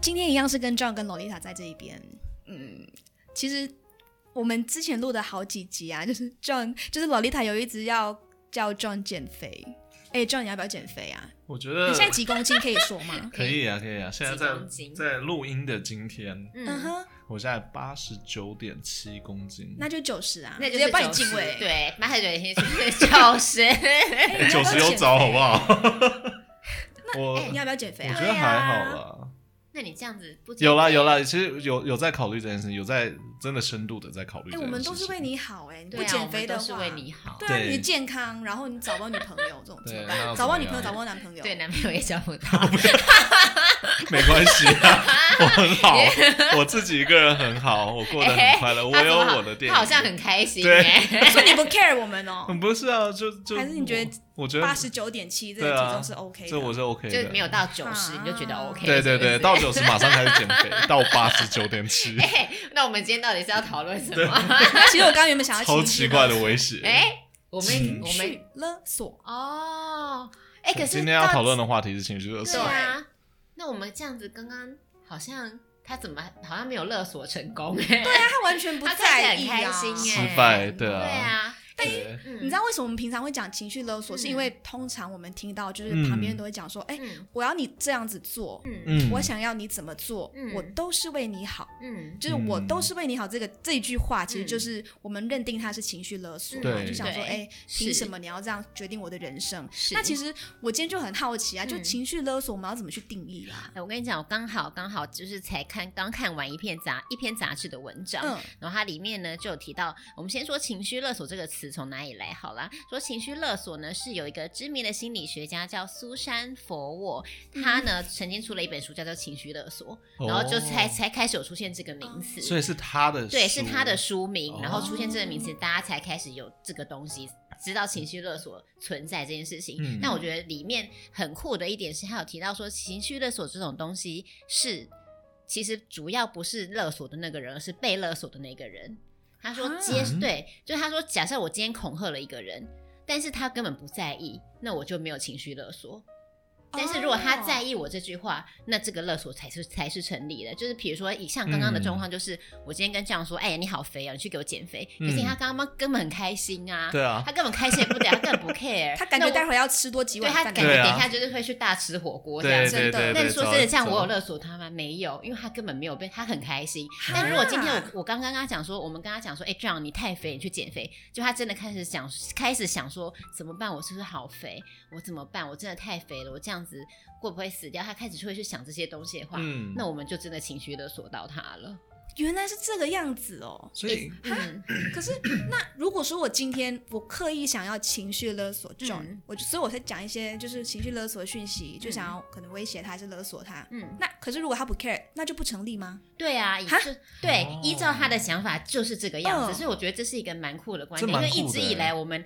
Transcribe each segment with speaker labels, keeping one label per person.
Speaker 1: 今天一样是跟 John 跟 Lolita 在这一边。嗯，其实我们之前录的好几集啊，就是 John，就是 Lolita 有一直要叫 John 减肥。哎，John，你要不要减肥啊？
Speaker 2: 我觉
Speaker 3: 嗯
Speaker 2: 得
Speaker 1: 你现在几公斤可以说吗？
Speaker 2: 可以啊，可以啊。现在在
Speaker 3: 公斤
Speaker 2: 在录音的今天，
Speaker 1: 嗯
Speaker 3: 嗯，
Speaker 1: 哼，
Speaker 2: 我现在八十九点七公斤，
Speaker 1: 那就九十啊，
Speaker 3: 那就
Speaker 1: 直
Speaker 3: 是
Speaker 1: 接帮你
Speaker 3: 90
Speaker 1: 进位。
Speaker 3: 对，八十九点七九十。
Speaker 1: 哎，你要
Speaker 2: 九
Speaker 1: 不要
Speaker 2: 十
Speaker 1: 减
Speaker 2: 有找好不好？我
Speaker 1: 你要不要减肥
Speaker 2: 我
Speaker 1: 啊
Speaker 2: 觉？得还好啦，
Speaker 3: 那你这样子不
Speaker 2: 有啦有啦，其实有有在考虑这件事情，有在真的深度的在考虑
Speaker 1: 哎，
Speaker 2: 这件事情。
Speaker 1: 我们都是为你好哎，你
Speaker 3: 对
Speaker 1: 不
Speaker 3: 啊，
Speaker 1: 减肥的
Speaker 3: 我们都是
Speaker 1: 话，
Speaker 3: 为你好。
Speaker 1: 对啊，
Speaker 2: 对
Speaker 1: 你健康，然后你找不到女朋友 这种怎么
Speaker 2: 对那要
Speaker 1: 办？找不到女朋友，
Speaker 2: 怎
Speaker 1: 找
Speaker 2: 么
Speaker 1: 不到男朋友，
Speaker 3: 啊对，男朋友也找不到。
Speaker 2: 没关系 啊，我很好，我自己一个人很好，我过
Speaker 1: 哎
Speaker 2: 得很快乐， 我
Speaker 3: 他怎
Speaker 2: 有
Speaker 3: 么好
Speaker 2: 我的电影。
Speaker 3: 他好像很开心
Speaker 2: 对
Speaker 3: 哎。
Speaker 1: 所以你不 care 我们 哦？
Speaker 2: 嗯不是啊，就就
Speaker 1: 还是你觉得
Speaker 2: 我？我觉得
Speaker 1: 八十九点七这个
Speaker 2: 对啊
Speaker 1: 体重是 OK 的，
Speaker 2: 这我是 OK 的，
Speaker 3: 就没有到九十，
Speaker 1: 啊
Speaker 3: 你就觉得 OK。
Speaker 2: 对对对，
Speaker 3: 是不是
Speaker 2: 到九十马上开始减肥，到八十九点七，
Speaker 3: 哎，那我们今天到底是要讨论什么？
Speaker 1: 那其实我刚刚原本想要
Speaker 2: 超
Speaker 1: 情绪
Speaker 2: 奇怪的威胁。
Speaker 3: 哎，我们
Speaker 2: 情
Speaker 3: 我
Speaker 1: 情
Speaker 3: 们
Speaker 1: 绪勒索，
Speaker 3: 哦，哎，可是
Speaker 2: 嗯今天要
Speaker 3: 到
Speaker 2: 讨论的话题是情绪勒
Speaker 3: 对
Speaker 2: 索，
Speaker 3: 啊，那我们这样子刚刚好像他怎么好像没有勒索成功哎？对啊，
Speaker 1: 他完全不
Speaker 3: 他
Speaker 1: 在
Speaker 3: 看
Speaker 1: 意
Speaker 3: 起
Speaker 1: 啊
Speaker 3: 来很开心哎，
Speaker 2: 失败对
Speaker 3: 对
Speaker 2: 啊
Speaker 3: 啊，
Speaker 2: 对
Speaker 3: 嗯
Speaker 1: 你知道为什么我们平常会讲情绪勒索？
Speaker 3: 嗯
Speaker 1: 是因为通常我们听到就是
Speaker 2: 嗯
Speaker 1: 旁边人都会讲说：“哎、
Speaker 3: 嗯
Speaker 1: 我要你这样子做，
Speaker 3: 嗯
Speaker 2: 嗯，
Speaker 1: 我想要你怎么做，
Speaker 3: 嗯
Speaker 1: 我都是为你好。”
Speaker 3: 嗯
Speaker 1: 就是
Speaker 2: 嗯
Speaker 1: 我都是为你好这个这一句话，其实就是我们认定它是情绪勒索嘛，
Speaker 2: 对
Speaker 1: 就想说，
Speaker 3: 对
Speaker 1: 哎，
Speaker 3: 是
Speaker 1: 凭什么你要这样决定我的人生？
Speaker 3: 是
Speaker 1: 那其实我今天就很好奇啊，
Speaker 3: 嗯
Speaker 1: 就情绪勒索我们要怎么去定义啊？
Speaker 3: 哎，我跟你讲，我刚好刚好就是才看刚看完一篇杂一篇杂志的文章，
Speaker 1: 嗯，
Speaker 3: 然后它里面呢就有提到，我们先说情绪勒索这个词从哪里来好啦。说情绪勒索呢是有一个知名的心理学家叫苏珊·佛沃，她
Speaker 1: 嗯
Speaker 3: 呢曾经出了一本书叫做《情绪勒索》，然后就
Speaker 1: 哦
Speaker 3: 才才开始有出现这个名词。
Speaker 2: 哦所以是他的，
Speaker 3: 对，是他的，书名
Speaker 2: 哦，
Speaker 3: 然后出现这个名词，大家才开始有这个东西，知道情绪勒索存在这件事情。
Speaker 2: 嗯
Speaker 3: 那我觉得里面很酷的一点是，他有提到说，情绪勒索这种东西是，其实主要不是勒索的那个人，而是被勒索的那个人。他说
Speaker 1: 啊
Speaker 3: 接、
Speaker 2: 嗯
Speaker 3: 对，就是他说，假设我今天恐吓了一个人，但是他根本不在意，那我就没有情绪勒索。但是如果他在
Speaker 1: 意，
Speaker 3: 意我这句话，那这个勒索才是才是成立的。就是比如说，以像刚刚的状况，就是、我今天跟这样说，哎、呀你好肥哦，你去给我减肥。
Speaker 2: 嗯
Speaker 3: 可是他刚刚根本很开心啊，
Speaker 2: 对啊
Speaker 3: 他，根本开心也不得，他根 本不 care，
Speaker 1: 他感觉
Speaker 3: 那我
Speaker 1: 待会儿要吃多几
Speaker 3: 对
Speaker 1: 碗
Speaker 3: 他
Speaker 1: 饭，
Speaker 3: 感觉
Speaker 2: 对啊
Speaker 3: 等一下就是会去大吃火锅这样
Speaker 2: 对
Speaker 3: 子。
Speaker 2: 对对，
Speaker 3: 但是说真的，这样我有
Speaker 2: 了，
Speaker 3: 勒索他吗？没有，因为他根本没有被，他很开心
Speaker 1: 啊。
Speaker 3: 但如果今天我我刚刚跟他讲说，我们跟他讲说，哎、这样你太肥，你去减肥。就他真的开始想，开始想说怎么办？我是不是好肥？我怎么办？我真的太肥了，我这样子会不会死掉？他开始就会去想这些东西的话，
Speaker 2: 嗯，
Speaker 3: 那我们就真的情绪勒索到他了。
Speaker 1: 原来是这个样子哦。
Speaker 2: 所以
Speaker 3: 嗯，
Speaker 1: 可 是，那如果说我今天我刻意想要情绪勒索 John，、
Speaker 3: 嗯
Speaker 1: 我就所以我才讲一些就是情绪勒索的讯息，就想要可能威胁他还是勒索他。
Speaker 3: 嗯
Speaker 1: 那可是如果他不 care，那就不成立吗？
Speaker 3: 对啊，以
Speaker 1: 哈
Speaker 3: 就对
Speaker 2: 哦，
Speaker 3: 依照他的想法就是这个样子，
Speaker 1: 嗯
Speaker 3: 所以我觉得这是一个蛮酷的观
Speaker 2: 这
Speaker 3: 点，因
Speaker 2: 蛮
Speaker 3: 为
Speaker 2: 酷的欸
Speaker 3: 一直以来我们。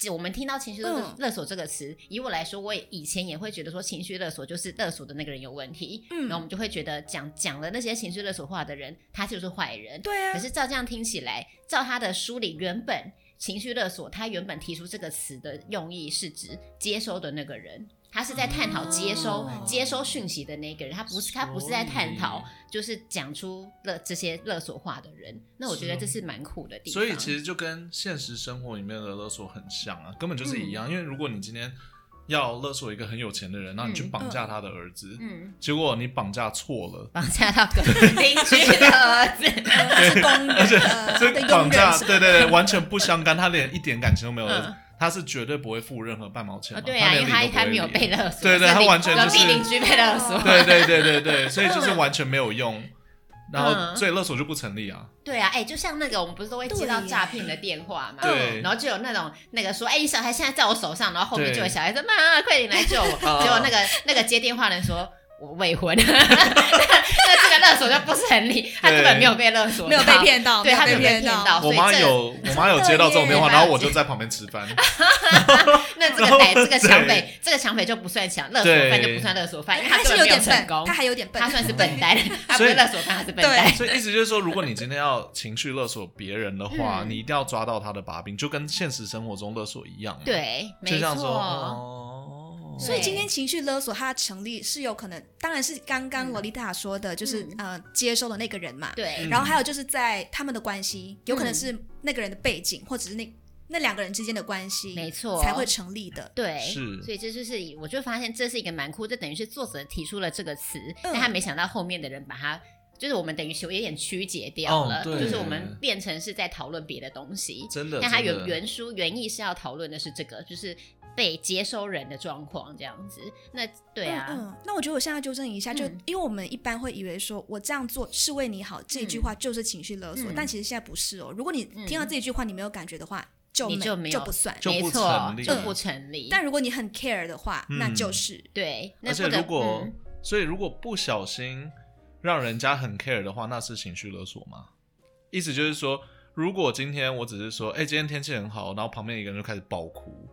Speaker 3: 只我们听到情绪勒
Speaker 1: 嗯
Speaker 3: 勒索这个词，以我来说，我也以前也会觉得说情绪勒索就是勒索的那个人有问题，
Speaker 1: 嗯
Speaker 3: 然后我们就会觉得讲讲了那些情绪勒索话的人，他就是坏人。
Speaker 1: 对啊
Speaker 3: 可，是照这样听起来，照他的梳理，原本情绪勒索，他原本提出这个词的用意是指接收的那个人，他是在探讨接收、
Speaker 2: 哦
Speaker 3: 接收讯息的那个人，他不是他不是在探讨就是讲出勒这些勒索话的人。那我觉得这是蛮酷的地方。
Speaker 2: 哦所以其实就跟现实生活里面的勒索很像啊，根本就是
Speaker 3: 嗯
Speaker 2: 一样。因为如果你今天要勒索一个很有钱的人，然后你去绑架他的儿子，
Speaker 3: 嗯，
Speaker 2: 结果你绑架错了。
Speaker 3: 绑架到隔邻居 的儿子，
Speaker 1: 呃是工人，
Speaker 2: 而且
Speaker 1: 呃
Speaker 2: 这
Speaker 1: 对
Speaker 2: 绑
Speaker 1: 佣
Speaker 2: 架，
Speaker 1: 人，
Speaker 2: 对对对，完全不相干，他连一点感情都没有，
Speaker 3: 嗯
Speaker 2: 他是绝对不会付任何半毛钱嘛。
Speaker 3: 哦对啊，因
Speaker 2: 连理
Speaker 3: 为他
Speaker 2: 都不会
Speaker 3: 他没有
Speaker 2: 理
Speaker 3: 被勒索，
Speaker 2: 对对
Speaker 3: 所以
Speaker 2: 他完全
Speaker 3: 隔
Speaker 2: 就是
Speaker 3: 壁邻居被勒索。
Speaker 2: 对啊对对对对，所以就是完全没有用，然后
Speaker 3: 嗯
Speaker 2: 所以勒索就不成立啊。
Speaker 3: 对啊，哎、就像那个我们不是都会接到
Speaker 1: 对耶
Speaker 3: 诈骗的电话嘛，
Speaker 2: 对
Speaker 3: 然后就有那种那个说，哎、你小孩现在在我手上，然后后面
Speaker 2: 对
Speaker 3: 就有小孩说，妈，快点来 救我。
Speaker 2: 啊
Speaker 3: 结果那个那个接电话的人说。我未婚， 那这个勒索就不成立，他根本没有被勒索，
Speaker 1: 没有被，骗到，
Speaker 3: 对他
Speaker 1: 没
Speaker 3: 没
Speaker 1: 有被
Speaker 3: 有
Speaker 1: 骗
Speaker 3: 被骗
Speaker 2: 我
Speaker 3: 到哦所以
Speaker 2: 妈
Speaker 3: 这
Speaker 2: 有我妈有接到这种电话，
Speaker 3: 真的耶
Speaker 2: 然后我就在旁边吃 饭。
Speaker 3: 那这个歹这个抢
Speaker 2: 对
Speaker 3: 匪这个抢匪就不算抢，勒索犯就不算勒索犯，因为他
Speaker 1: 还
Speaker 3: 根
Speaker 1: 哎是
Speaker 3: 本
Speaker 1: 有
Speaker 3: 没有
Speaker 1: 点
Speaker 3: 成
Speaker 1: 笨，
Speaker 3: 功
Speaker 1: 他，还有点笨，
Speaker 3: 他算是笨 蛋，他不
Speaker 2: 所以
Speaker 3: 是勒索犯，他是笨蛋。
Speaker 2: 所以意思就是说，如果你今天要情绪勒索别人的话，
Speaker 3: 嗯
Speaker 2: 你一定要抓到他的把柄，就跟现实生活中勒索一样嘛。，
Speaker 3: 对，
Speaker 2: 就
Speaker 3: 没
Speaker 2: 像说
Speaker 3: 错，
Speaker 2: 哦，
Speaker 1: 所以
Speaker 3: 对
Speaker 1: 今天情绪勒索它的成立是有可能，当然是刚刚
Speaker 3: 嗯
Speaker 1: 洛丽塔说的，就是、
Speaker 3: 嗯
Speaker 1: 呃接收的那个人嘛。
Speaker 3: 对
Speaker 2: 嗯
Speaker 1: 然后还有就是在他们的关
Speaker 3: 嗯
Speaker 1: 系，有可能是那个人的背景，或者是那那两个人之间的关系，
Speaker 3: 没错
Speaker 1: 才会成立的。
Speaker 3: 对，
Speaker 2: 是
Speaker 3: 所以这就是我就发现这是一个蛮酷，这等于是作者提出了这个词，
Speaker 1: 嗯
Speaker 3: 但他没想到后面的人把它。就是我们等于有一点曲解掉了，
Speaker 2: 哦对
Speaker 3: 就是我们变成是在讨论别的东西。
Speaker 2: 真的。
Speaker 3: 但他
Speaker 2: 真
Speaker 3: 原
Speaker 2: 的
Speaker 3: 原书原意是要讨论的是这个，就是被接收人的状况这样子。那对啊，
Speaker 1: 嗯嗯，那我觉得我现在纠正一下，就
Speaker 3: 嗯
Speaker 1: 因为我们一般会以为说我这样做是为你好，这一句话就是情绪勒索，
Speaker 3: 嗯
Speaker 1: 但其实现在不是哦。如果你听到这一句话你没有感觉的话，就
Speaker 3: 你
Speaker 1: 没
Speaker 3: 就没有
Speaker 1: 不算。
Speaker 2: 就
Speaker 3: 没
Speaker 2: 不
Speaker 3: 错
Speaker 2: 成，立
Speaker 3: 就不成立。
Speaker 1: 但如果你很 care 的话，
Speaker 2: 嗯
Speaker 1: 那就是
Speaker 3: 对，那
Speaker 2: 而且
Speaker 3: 不能
Speaker 2: 如果、
Speaker 3: 嗯
Speaker 2: 所以如果不小心让人家很 care 的话，那是情绪勒索吗？意思就是说，如果今天我只是说，哎、今天天气很好，然后旁边一个人就开始爆哭，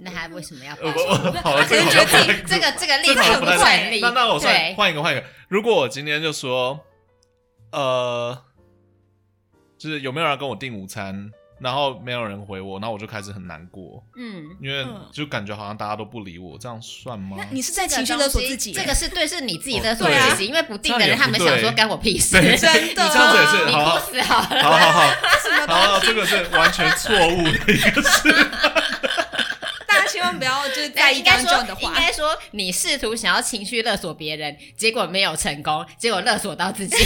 Speaker 3: 那他为什么要
Speaker 2: 呃，
Speaker 3: 把
Speaker 2: 我我好了，这
Speaker 3: 可
Speaker 2: 个
Speaker 3: 能
Speaker 2: 好像
Speaker 3: 觉得自
Speaker 2: 不
Speaker 3: 己
Speaker 2: 太
Speaker 3: 这个这个例
Speaker 2: 这
Speaker 3: 子
Speaker 2: 个好像
Speaker 3: 很
Speaker 2: 不
Speaker 3: 不
Speaker 2: 太
Speaker 3: 成立。
Speaker 2: 那那我算
Speaker 3: 对
Speaker 2: 换一个换一个，如果我今天就说，呃，就是有没有人跟我订午餐，然后没有人回我，那我就开始很难过，
Speaker 3: 嗯，
Speaker 2: 因为
Speaker 1: 嗯
Speaker 2: 就感觉好像大家都不理我，这样算吗
Speaker 1: 那？你是在
Speaker 3: 这个
Speaker 1: 情绪
Speaker 3: 东
Speaker 1: 勒索
Speaker 3: 西
Speaker 1: 自己，
Speaker 3: 哦这个是对，是你自己
Speaker 2: 哦
Speaker 3: 勒索
Speaker 2: 对
Speaker 3: 自
Speaker 2: 啊
Speaker 3: 己，因为不定
Speaker 2: 这
Speaker 3: 的
Speaker 2: 样
Speaker 3: 人
Speaker 2: 也
Speaker 3: 他们
Speaker 2: 不
Speaker 3: 想
Speaker 2: 对
Speaker 3: 说干我屁事，
Speaker 2: 对
Speaker 1: 真的
Speaker 2: 你这样子也 是
Speaker 3: 你
Speaker 2: 好啊
Speaker 3: 哭死 好了。
Speaker 2: 好好好。
Speaker 1: 什么
Speaker 2: 好
Speaker 1: 东
Speaker 2: 好，
Speaker 1: 西
Speaker 2: 这个是完全错误的一个事。
Speaker 1: 大家千万不要就是在
Speaker 3: 但
Speaker 1: 意
Speaker 3: 哎应
Speaker 1: 刚
Speaker 3: 该
Speaker 1: 刚这
Speaker 3: 说
Speaker 1: 样的，
Speaker 3: 应
Speaker 1: 话。
Speaker 3: 该说，你试图想要情绪勒索别人，结果没有成功，结果勒索到自 己，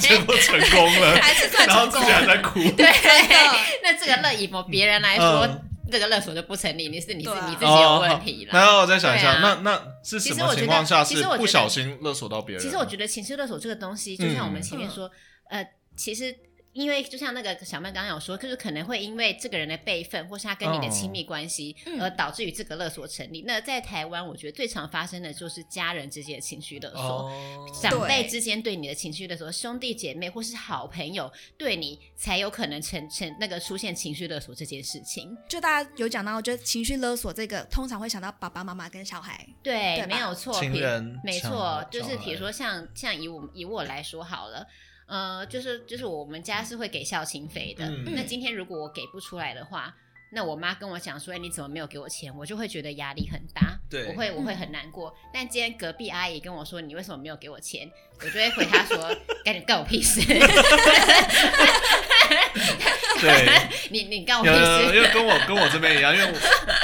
Speaker 2: 结果成功 了，
Speaker 1: 还是算
Speaker 2: 然后
Speaker 1: 成
Speaker 2: 自
Speaker 1: 功
Speaker 2: 己还
Speaker 1: 了，
Speaker 2: 在哭。
Speaker 3: 对
Speaker 1: 真的。
Speaker 3: 那这个勒以某别人来说，
Speaker 2: 嗯
Speaker 3: 这个勒索就不成立，你是你是
Speaker 1: 对啊
Speaker 3: 你自己有问题
Speaker 2: 然
Speaker 3: 啦。
Speaker 2: 后我再想一下，
Speaker 3: 对啊
Speaker 2: 哦那那是什么情况下
Speaker 3: 其实
Speaker 2: 是
Speaker 3: 我觉得
Speaker 2: 不小心勒索到别人？
Speaker 3: 其实我觉得情绪勒索这个东西，就像我们前
Speaker 1: 嗯
Speaker 3: 面说，呃，其实。因为就像那个小曼刚刚有说，就是可能会因为这个人的辈分，或是他跟你的亲
Speaker 2: 哦
Speaker 3: 密关系，
Speaker 1: 嗯
Speaker 3: 而导致于这个勒索成立。那在台湾，我觉得最常发生的就是家人之间的情绪勒索。
Speaker 2: 哦，
Speaker 3: 长辈
Speaker 1: 对
Speaker 3: 之间对你的情绪勒索，兄弟姐妹或是好朋友对你，才有可能成成那个出现情绪勒索这件事情。
Speaker 1: 就大家有讲到，就情绪勒索这个，通常会想到爸爸妈妈跟小孩。
Speaker 3: 对，
Speaker 1: 对吧
Speaker 3: 没有错，
Speaker 2: 情
Speaker 3: 比
Speaker 2: 人
Speaker 3: 没
Speaker 2: 小
Speaker 3: 错
Speaker 2: 孩，
Speaker 3: 就是比如说像像以我以我来说好了。呃，就是就是我们家是会给孝亲费的。
Speaker 2: 嗯
Speaker 3: 那今天如果我给不出来的话，那我妈跟我讲说：“哎、你怎么没有给我钱？”我就会觉得压力很大，
Speaker 2: 对
Speaker 3: 我会我会
Speaker 1: 嗯
Speaker 3: 很难过。但今天隔壁阿姨跟我说：“你为什么没有给我钱？”我就会回她说：“干你干我屁事！
Speaker 2: 对，
Speaker 3: 你你干我屁
Speaker 2: 有有有
Speaker 3: 事
Speaker 2: 因为跟我跟我这边一样，因为我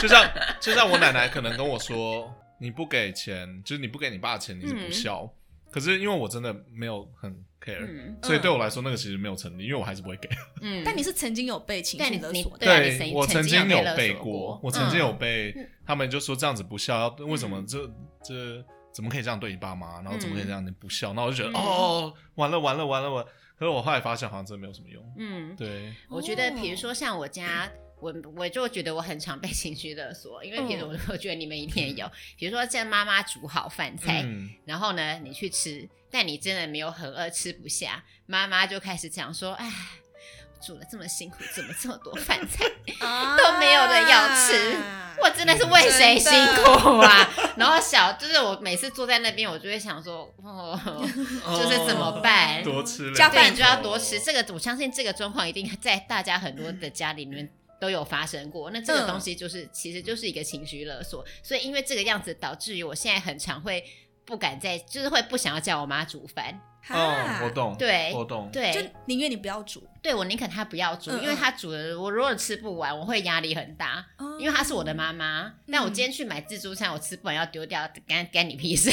Speaker 2: 就像就像我奶奶可能跟我说，你不给钱，就是你不给你爸钱，你是不孝。可是因为我真的没有很 care，、
Speaker 3: 嗯
Speaker 2: 所以对我来说那个其实没有成立，因为我还是不会给。！”
Speaker 3: 嗯，
Speaker 1: 但你是曾经有被情绪勒索
Speaker 3: 对啊
Speaker 1: 的，
Speaker 3: 你曾
Speaker 2: 我曾
Speaker 3: 经有
Speaker 2: 经
Speaker 3: 被
Speaker 2: 有
Speaker 3: 勒
Speaker 2: 背
Speaker 3: 索过
Speaker 2: 过，我曾经有被
Speaker 3: 嗯
Speaker 2: 他们就说这样子不孝，要为什么
Speaker 3: 嗯
Speaker 2: 这这怎么可以这样对你爸妈？然后怎么可以
Speaker 3: 嗯
Speaker 2: 这样你不孝？然后我就觉
Speaker 3: 嗯
Speaker 2: 得哦，完了完了完了完了。可是我后来发现好像真的没有什么用。
Speaker 3: 嗯，
Speaker 2: 对，
Speaker 3: 我觉得，比如
Speaker 1: 哦
Speaker 3: 说像我家，我我就觉得我很常被情绪勒索，因为比如我我觉得你们一定也有，比如说像妈妈煮好饭菜，
Speaker 2: 嗯，
Speaker 3: 然后呢你去吃，但你真的没有很饿，吃不下，妈妈就开始讲说，哎。煮了这么辛苦，怎么这么多饭菜？都没有人要吃
Speaker 1: 啊
Speaker 3: 我真的是为谁辛苦啊！然后小就是我每次坐在那边，我就会想说，哦，就是怎么办？
Speaker 2: 多吃两
Speaker 1: 加
Speaker 2: 口
Speaker 3: 对，啊你就要多吃。这个我相信这个状况一定在大家很多的家里
Speaker 1: 嗯
Speaker 3: 面都有发生过。那这个东西就是、其实就是一个情绪勒索，所以因为这个样子导致于我现在很常会不敢再，就是会不想要叫我妈煮饭。
Speaker 1: 啊
Speaker 2: 嗯，我。懂，
Speaker 3: 对
Speaker 2: 我懂，
Speaker 1: 就
Speaker 3: 对，
Speaker 1: 宁愿你不要煮，
Speaker 3: 对我宁肯她不要
Speaker 1: 嗯
Speaker 3: 煮，
Speaker 1: 嗯
Speaker 3: 因为她煮的我如果吃不完，我会压力很大。
Speaker 1: 哦
Speaker 3: 因为她是我的妈
Speaker 1: 嗯
Speaker 3: 妈，但我今天去买自助餐，我吃不完要丢掉，干干你 屁事。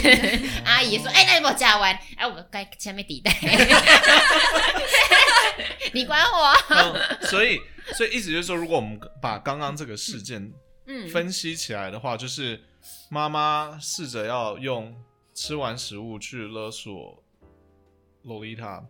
Speaker 3: 阿姨
Speaker 1: 哦
Speaker 3: 说：“哎、那你帮我加完，哎、我该前面抵带， 你管我。
Speaker 2: 嗯所以，所以意思就是说，如果我们把刚刚这个事件
Speaker 3: 嗯”
Speaker 2: 分析起来的话，就是妈妈试着要用吃完食物去勒索洛丽塔，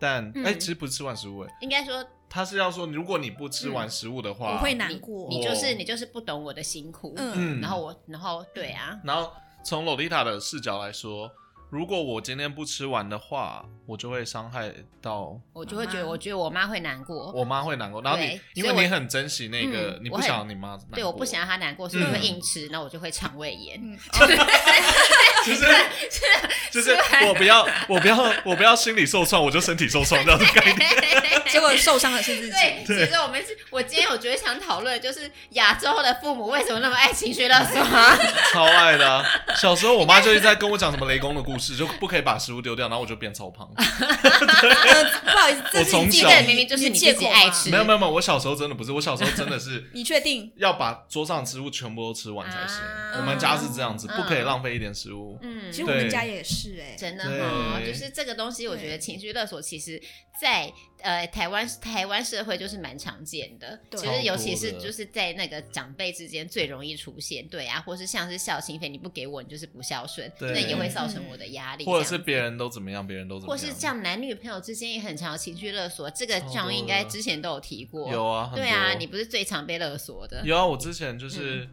Speaker 2: 但哎、
Speaker 3: 嗯
Speaker 2: 其实不是吃完食物，哎，
Speaker 3: 应该说
Speaker 2: 她是要说，如果你不吃完食物的话，
Speaker 1: 我会难
Speaker 3: 你
Speaker 1: 过。
Speaker 3: 你就是
Speaker 2: 我
Speaker 3: 你就是不懂我的辛苦，
Speaker 1: 嗯
Speaker 2: 嗯
Speaker 3: 然后我然后对啊，
Speaker 2: 然后从洛丽塔的视角来说，如果我今天不吃完的话，我就会伤害到
Speaker 3: 我就会觉得，
Speaker 1: 妈
Speaker 3: 我觉得我妈会难过。
Speaker 2: 我妈会难过。然后你
Speaker 3: 对
Speaker 2: 因
Speaker 3: 所以
Speaker 2: 为
Speaker 3: 我
Speaker 2: 你很珍惜那个，
Speaker 3: 嗯
Speaker 2: 你
Speaker 3: 我
Speaker 2: 不
Speaker 3: 很
Speaker 2: 想让你妈难过
Speaker 3: 对，我不想。让她难过，所以我会
Speaker 2: 嗯
Speaker 3: 硬吃，那、我就会肠胃炎。
Speaker 1: 嗯，
Speaker 2: 其实就是我不要，我不要，我不要心理受创，我就身体受创这样的概念。
Speaker 1: 结果受伤的是自己。
Speaker 3: 对，其实我们是，我今天我觉得想讨论，就是亚洲的父母为什么那么爱情绪勒索啊？
Speaker 2: 超爱的 啊、小时候我妈就一直在跟我讲什么雷公的故事，就不可以把食物丢掉，然后我就变超胖。
Speaker 3: 啊
Speaker 1: 呃不好意思，这是你
Speaker 2: 我从
Speaker 1: 自己
Speaker 2: 小
Speaker 1: 的
Speaker 3: 明明就是你
Speaker 1: 借
Speaker 3: 自己
Speaker 1: 口
Speaker 3: 爱
Speaker 1: 吗
Speaker 3: 吃
Speaker 2: 没有没有没有，我小时候真的不是，我小时候真的 是
Speaker 1: 你确定？
Speaker 2: 要把桌上的食物全部都吃完才行。
Speaker 3: 啊
Speaker 2: 我们家是这样子，
Speaker 3: 嗯
Speaker 2: 不可以浪费一点食物。
Speaker 3: 嗯，
Speaker 1: 其实我们
Speaker 2: 对
Speaker 1: 家也是哎、
Speaker 3: 真的哈，
Speaker 2: 对
Speaker 3: 就是这个东西，我觉得
Speaker 1: 对
Speaker 3: 情绪勒索其实在呃台湾台湾社会就是蛮常见的，
Speaker 1: 对
Speaker 3: 就是尤其
Speaker 2: 超
Speaker 3: 是
Speaker 2: 多的
Speaker 3: 就是在那个长辈之间最容易出现，对啊，或是像是孝心费，你不给我，你就是不孝顺，
Speaker 2: 对
Speaker 3: 那也会造成我
Speaker 1: 嗯
Speaker 3: 的压力，
Speaker 2: 或者
Speaker 3: 这
Speaker 2: 是
Speaker 3: 样。
Speaker 2: 别人都怎么样，别人都怎么
Speaker 3: 或
Speaker 2: 样。
Speaker 3: 是像男女朋友之间也很常有情绪勒索，这个
Speaker 2: 超多的
Speaker 3: 张应该之前都有提过。
Speaker 2: 有啊，很
Speaker 3: 对啊，
Speaker 2: 多
Speaker 3: 你不嗯是最常被勒索的？
Speaker 2: 有啊，我之前就是。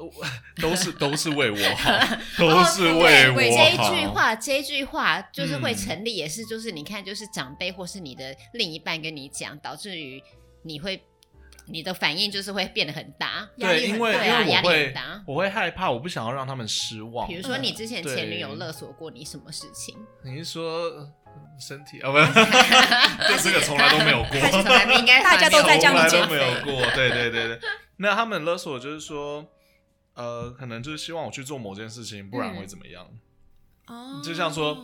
Speaker 2: 我 都是都是为我 好，都是为
Speaker 3: 哦对
Speaker 2: 我
Speaker 3: 这一
Speaker 2: 好。
Speaker 3: 句话，这一句话就是会
Speaker 2: 嗯
Speaker 3: 成立，也是就是你看，就是长辈或是你的另一半跟你讲，导致于你会你的反应就是会变得很大。
Speaker 1: 压力
Speaker 2: 对，因
Speaker 1: 很
Speaker 2: 为
Speaker 1: 大
Speaker 2: 因
Speaker 3: 啊
Speaker 2: 为
Speaker 3: 压
Speaker 2: 我
Speaker 3: 力很
Speaker 2: 会
Speaker 3: 大
Speaker 2: 我会害怕，我不想要让他们失望
Speaker 3: 比。如说，你之前前女友
Speaker 2: 嗯对
Speaker 3: 勒索过你什么事 情？
Speaker 2: 你是说呃身体 啊？不是，对这个从来都没有过，
Speaker 3: 还是从来没应该
Speaker 1: 大家都在
Speaker 3: 从
Speaker 1: 家里
Speaker 2: 从来都
Speaker 3: 来
Speaker 1: 减
Speaker 2: 没
Speaker 1: 肥
Speaker 2: 有过。对对对对，那他们勒索我就是说，呃，可能就是希望我去做某件事情，不然会怎么样？
Speaker 3: 嗯
Speaker 1: 哦
Speaker 2: 就像说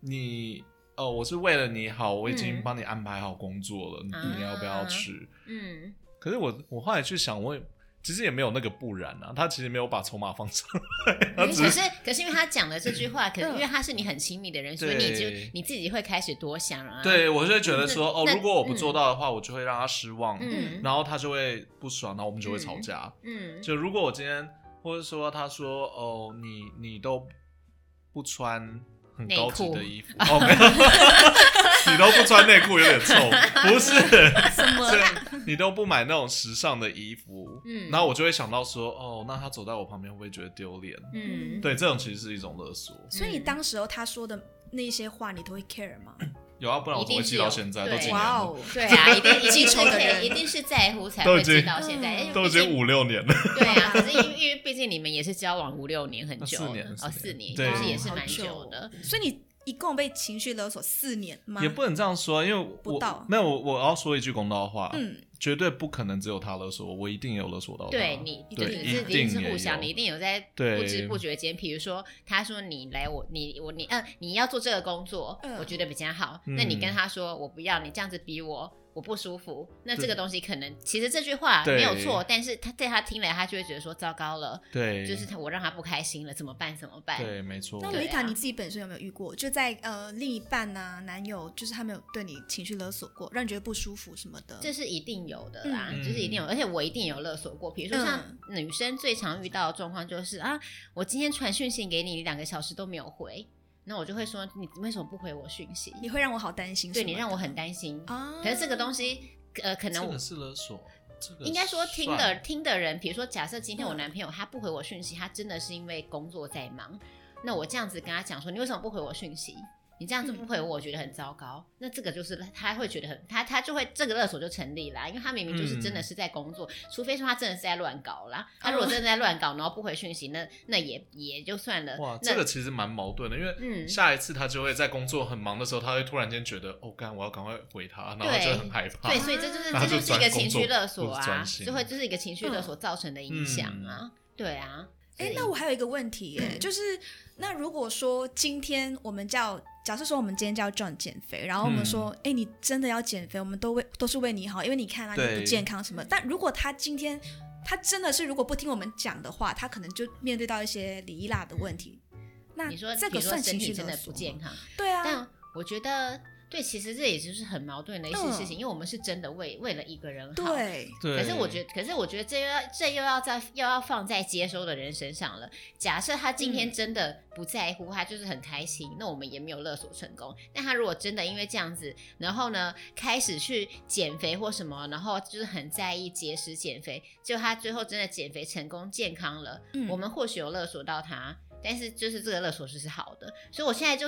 Speaker 2: 你哦，我是为了你好，我已经帮你安排好工作了，
Speaker 3: 嗯
Speaker 2: 你要不要去？
Speaker 3: 嗯，
Speaker 2: 可是我我后来去想，我也其实也没有那个不然啊，他其实没有把筹码放上
Speaker 3: 啊
Speaker 2: 来，他只
Speaker 3: 可
Speaker 2: 是
Speaker 3: 是可是因为他讲了这句话，
Speaker 1: 嗯
Speaker 3: 可是因为他是你很亲密的人，所以你就
Speaker 2: 对
Speaker 3: 你自己会开始多想啊。，
Speaker 2: 对我就会觉得说，哦，
Speaker 3: 那
Speaker 2: 如果我不做到的话，我就会让他失望，
Speaker 3: 嗯
Speaker 2: 然后他就会不爽，然后我们就会吵架。
Speaker 3: 嗯，
Speaker 2: 就如果我今天，或者说他说哦，你你都不穿很高级的衣服，哦没有， 你都不穿内裤有点臭，不是，
Speaker 1: 什么
Speaker 2: 是
Speaker 1: 啦？
Speaker 2: 你都不买那种时尚的衣服，
Speaker 3: 嗯
Speaker 2: 然后我就会想到说，哦，那他走在我旁边会不会觉得丢脸？
Speaker 3: 嗯，
Speaker 2: 对，这种其实是一种勒索，
Speaker 1: 所以你当时候他说的那些话，你都会 care 吗？
Speaker 2: 有啊，不然我
Speaker 3: 一
Speaker 2: 怎
Speaker 3: 定
Speaker 2: 么会记
Speaker 3: 是有
Speaker 2: 到现在？
Speaker 3: 对
Speaker 2: 都几年
Speaker 1: 哇
Speaker 2: 了，
Speaker 1: 哦，
Speaker 3: 对啊，一定一
Speaker 1: 记
Speaker 3: 定
Speaker 1: 仇
Speaker 3: 是
Speaker 1: 的人
Speaker 3: 啊一定是在乎才
Speaker 2: 都
Speaker 3: 会
Speaker 2: 已经
Speaker 3: 知道现在，
Speaker 1: 嗯
Speaker 3: 因为
Speaker 2: 都已
Speaker 3: 毕
Speaker 2: 经
Speaker 3: 竟
Speaker 2: 五六年了，啊
Speaker 3: 对啊，可是因为因为毕竟你们也是交往五六年很久
Speaker 2: 四
Speaker 3: 了，
Speaker 2: 年
Speaker 3: 哦，
Speaker 2: 四
Speaker 3: 四
Speaker 2: 年
Speaker 3: 年，
Speaker 2: 对
Speaker 3: 其实也是
Speaker 1: 好
Speaker 3: 蛮
Speaker 1: 久
Speaker 3: 久哦的。
Speaker 1: 所以你一共被情绪勒索四年吗？
Speaker 2: 也不能这样说，因为
Speaker 1: 不到
Speaker 2: 我没有，我我要说一句公道话，
Speaker 1: 嗯，
Speaker 2: 绝对不可能只有他勒索我，我一定也有勒索到他。
Speaker 3: 对你，就
Speaker 2: 对
Speaker 3: 是
Speaker 2: 一
Speaker 3: 是
Speaker 2: 定
Speaker 3: 是
Speaker 2: 也
Speaker 3: 互相，
Speaker 2: 有
Speaker 3: 你一定有在
Speaker 2: 对
Speaker 3: 不知不觉间，比如说他说你来我你我你嗯、你要做这个工作，
Speaker 1: 嗯
Speaker 3: 我觉得比较好。
Speaker 2: 嗯
Speaker 3: 那你跟他说我不要，你这样子逼我，我不舒服。那
Speaker 2: 对
Speaker 3: 这个东西可能其实这句话
Speaker 2: 对
Speaker 3: 没有错，但是他在他听来，他就会觉得说糟糕了，
Speaker 2: 对，
Speaker 3: 就是他我让他不开心了，怎么办？怎么办？
Speaker 2: 对，没错。
Speaker 1: 那
Speaker 3: 对
Speaker 1: 维塔
Speaker 3: 啊
Speaker 1: 你自己本身有没有遇过？就在呃另一半啊、男友，就是他们有对你情绪勒索过，让你觉得不舒服什么的？
Speaker 3: 这是一定有的啦，
Speaker 2: 嗯
Speaker 3: 就是一定有，而且我一定有勒索过。比如说像
Speaker 1: 嗯
Speaker 3: 女生最常遇到的状况就是、啊，我今天传讯息给你，你两个小时都没有回，那我就会说你为什么不回我讯息？
Speaker 1: 你会让我好担心什
Speaker 3: 对
Speaker 1: 么的，
Speaker 3: 你让我很担心。
Speaker 1: 啊。
Speaker 3: 可是这个东西，呃，可能
Speaker 2: 这
Speaker 3: 我
Speaker 2: 个是勒索，这个
Speaker 3: 应该说听的
Speaker 2: 算
Speaker 3: 听的人，比如说假设今天我
Speaker 1: 嗯
Speaker 3: 男朋友他不回我讯息，他真的是因为工作在忙，那我这样子跟他讲说，你为什么不回我讯息？你这样子不回
Speaker 2: 嗯
Speaker 3: 我，我觉得很糟糕。那这个就是他会觉得很他他就会这个勒索就成立啦，因为他明明就是
Speaker 2: 嗯
Speaker 3: 真的是在工作，除非说他真的是在乱搞啦。他
Speaker 2: 哦
Speaker 3: 如果真的在乱搞，然后不回讯息，那那也也就算了。
Speaker 2: 哇，
Speaker 3: 那
Speaker 2: 这个其实蛮矛盾的，因为
Speaker 3: 嗯
Speaker 2: 下一次他就会在工作很忙的时候，他会突然间觉得，哦，干，我要赶快回他，然后
Speaker 3: 对
Speaker 2: 就很害怕
Speaker 3: 对，。所以这就是
Speaker 1: 然
Speaker 3: 这
Speaker 1: 后
Speaker 3: 就
Speaker 2: 啊就是
Speaker 3: 一
Speaker 2: 专
Speaker 3: 个
Speaker 2: 工
Speaker 3: 情
Speaker 2: 作
Speaker 3: 绪勒索
Speaker 2: 不
Speaker 3: 啊
Speaker 2: 专，心嗯
Speaker 3: 就会就是一个情绪勒索造成的影响啊，对啊。
Speaker 1: 哎，
Speaker 3: 所以
Speaker 1: 那我还有一个问题耶，
Speaker 3: 嗯
Speaker 1: 就是那如果说今天我们叫，假设说我们今天叫 John 减肥，然后
Speaker 3: 嗯
Speaker 1: 我们说，哎、你真的要减肥，我们都为都是为你好，因为你看啊，
Speaker 2: 对
Speaker 1: 你不健康什么。但如果他今天他真的是如果不听我们讲的话，他可能就面对到一些里拉的问题。那
Speaker 3: 你说
Speaker 1: 这
Speaker 3: 比
Speaker 1: 个
Speaker 3: 如说
Speaker 1: 算
Speaker 3: 身
Speaker 1: 情
Speaker 3: 体
Speaker 1: 绪
Speaker 3: 真
Speaker 1: 勒
Speaker 3: 的
Speaker 1: 索吗
Speaker 3: 不健康，
Speaker 1: 对啊，
Speaker 3: 但我觉得对，其实这也就是很矛盾的一些事情，因为我们是真的为为了一个人好。
Speaker 1: 嗯对，
Speaker 2: 对
Speaker 3: 可是我觉得，可是我觉得这又要这又要在又要放在接收的人身上了。假设他今
Speaker 1: 嗯
Speaker 3: 天真的不在乎，他就是很开心，那我们也没有勒索成功。但他如果真的因为这样子，然后呢开始去减肥或什么，然后就是很在意节食减肥，就他最后真的减肥成功健康了，
Speaker 1: 嗯
Speaker 3: 我们或许有勒索到他，但是就是这个勒索就是好的，所以我现在就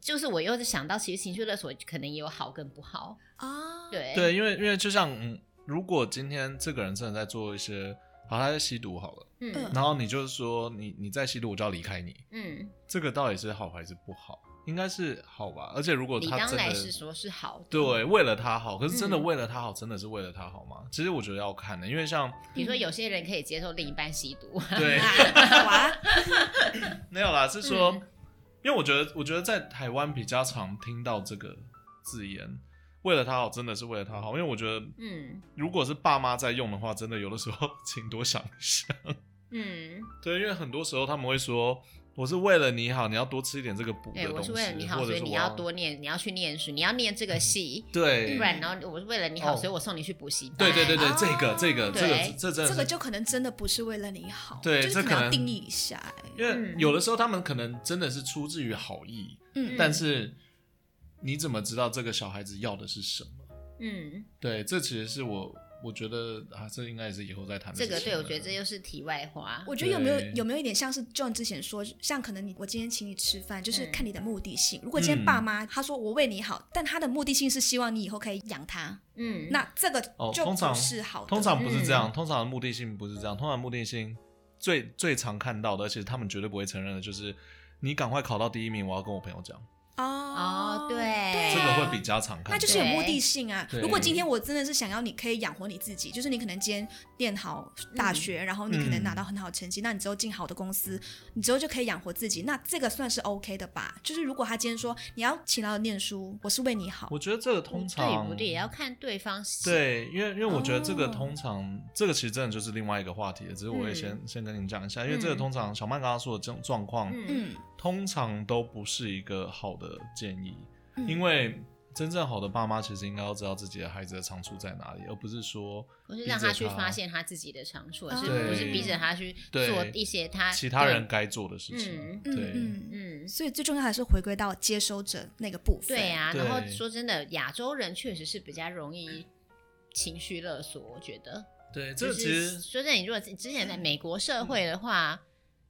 Speaker 3: 就是我又想到，其实情绪勒索可能也有好跟不好，
Speaker 1: 啊，，
Speaker 3: 对
Speaker 2: 对，因为因为就像、嗯、如果今天这个人真的在做一些，好，他在吸毒好了，
Speaker 3: 嗯
Speaker 2: 然后你就是说你你在吸毒，我就要离开你，
Speaker 3: 嗯，
Speaker 2: 这个到底是好还是不好？应该是好吧。而且如果
Speaker 3: 理
Speaker 2: 哦他
Speaker 3: 当
Speaker 2: 真
Speaker 3: 来
Speaker 2: 的
Speaker 3: 是说是好的，
Speaker 2: 对，为了他好，可是真的
Speaker 3: 嗯
Speaker 2: 为了他好，真的是为了他好吗？其实我觉得要看的，因为 像
Speaker 3: 比如说有些人可以接受另一半吸毒，
Speaker 2: 对
Speaker 1: 哇，
Speaker 2: 没有啦，是说，
Speaker 3: 嗯
Speaker 2: 因为我觉得我觉得在台湾比较常听到这个字眼。为了他好，真的是为了他好，因为我觉得，
Speaker 3: 嗯
Speaker 2: 如果是爸妈在用的话，真的有的时候 请多想一下。
Speaker 3: 嗯，
Speaker 2: 对，因为很多时候他们会说，我是为了你好，你要多吃一点这个补的
Speaker 3: 对
Speaker 2: 东
Speaker 3: 我
Speaker 2: 西，
Speaker 3: 是为了你好，
Speaker 2: 或者
Speaker 3: 所以
Speaker 2: 是
Speaker 3: 你
Speaker 2: 我
Speaker 3: 要多念，你要去念书，你要念这个戏，
Speaker 2: 对，
Speaker 3: 不然然后我是为了你
Speaker 2: 嗯
Speaker 3: 好，
Speaker 2: 哦
Speaker 3: 所以我送你去补习班，
Speaker 2: 对对对对，
Speaker 1: 哦
Speaker 2: 这个这个这
Speaker 3: 对
Speaker 2: 个这真
Speaker 1: 这
Speaker 2: 的是
Speaker 1: 个就可能真的不是为了你好，
Speaker 2: 对
Speaker 1: 就是
Speaker 2: 这
Speaker 1: 可能
Speaker 2: 可
Speaker 1: 要
Speaker 2: 能
Speaker 1: 定义一下、哎
Speaker 2: 因
Speaker 3: 嗯
Speaker 2: 为有的时候他们可能真的是出自于好意，
Speaker 1: 嗯
Speaker 2: 但是你怎么知道这个小孩子要的是什么？
Speaker 3: 嗯，
Speaker 2: 对，这其实是我我觉得啊，这应该也是以后再谈的
Speaker 3: 这
Speaker 2: 事情
Speaker 3: 个
Speaker 2: 了。
Speaker 3: 对我觉得这又是题外话，
Speaker 1: 我觉得有没有
Speaker 2: 对
Speaker 1: 有没有一点像是 John 之前说，像可能你我今天请你吃饭，就是
Speaker 3: 嗯
Speaker 1: 看你的目的性。如果今
Speaker 2: 嗯
Speaker 1: 天爸妈他说我为你好，但他的目的性是希望你以后可以养他，
Speaker 3: 嗯，
Speaker 1: 那这个
Speaker 2: 哦
Speaker 1: 就
Speaker 2: 通常
Speaker 1: 不是好的。嗯
Speaker 2: 通常不是这样，通常的目的性不是这样，通常目的性最最常看到的，而且他们绝对不会承认的就是。你赶快考到第一名，我要跟我朋友讲，
Speaker 1: 哦
Speaker 3: 哦对
Speaker 1: 对
Speaker 2: 这
Speaker 1: 啊
Speaker 2: 个会比较常看到。
Speaker 1: 那就是有目的性啊。
Speaker 2: 对
Speaker 1: 如果今天我真的是想要你可以养活你自己，就是你可能今天念好
Speaker 3: 嗯
Speaker 1: 大学，然后你可能
Speaker 2: 嗯
Speaker 1: 拿到很好的成绩，那你之后进好的公司，你之后就可以养活自己，那这个算是 OK 的吧？就是如果他今天说你要勤劳地念书，我是为你好，
Speaker 2: 我觉得这个通常
Speaker 3: 对不对？也要看对方喜
Speaker 2: 对，因为因为我觉得这个
Speaker 1: 哦
Speaker 2: 通常、这个其实真的就是另外一个话题了，只是我也先、先跟你讲一下，因为这个
Speaker 3: 嗯
Speaker 2: 通常小曼刚刚说的这种状况，
Speaker 3: 嗯
Speaker 1: 嗯，
Speaker 2: 通常都不是一个好的建议，
Speaker 1: 嗯
Speaker 2: 因为真正好的爸妈其实应该要知道自己的孩子的长处在哪里，而不是说
Speaker 3: 不是让
Speaker 2: 逼着
Speaker 3: 他去
Speaker 2: 他
Speaker 3: 发现他自己的长处，而是
Speaker 1: 对
Speaker 3: 不是逼着他去做
Speaker 2: 对
Speaker 3: 一些他
Speaker 2: 其他人该做的事情
Speaker 3: 啊嗯。
Speaker 2: 对，
Speaker 1: 嗯嗯。
Speaker 3: 嗯。
Speaker 1: 所以最重要还是回归到接收者那个部分。
Speaker 3: 对啊，然后
Speaker 2: 对
Speaker 3: 说真的，亚洲人确实是比较容易情绪勒索，我觉得。
Speaker 2: 对，这
Speaker 3: 就
Speaker 2: 个
Speaker 3: 是
Speaker 2: 其实
Speaker 3: 说真的，你如果之前在美国社会的话，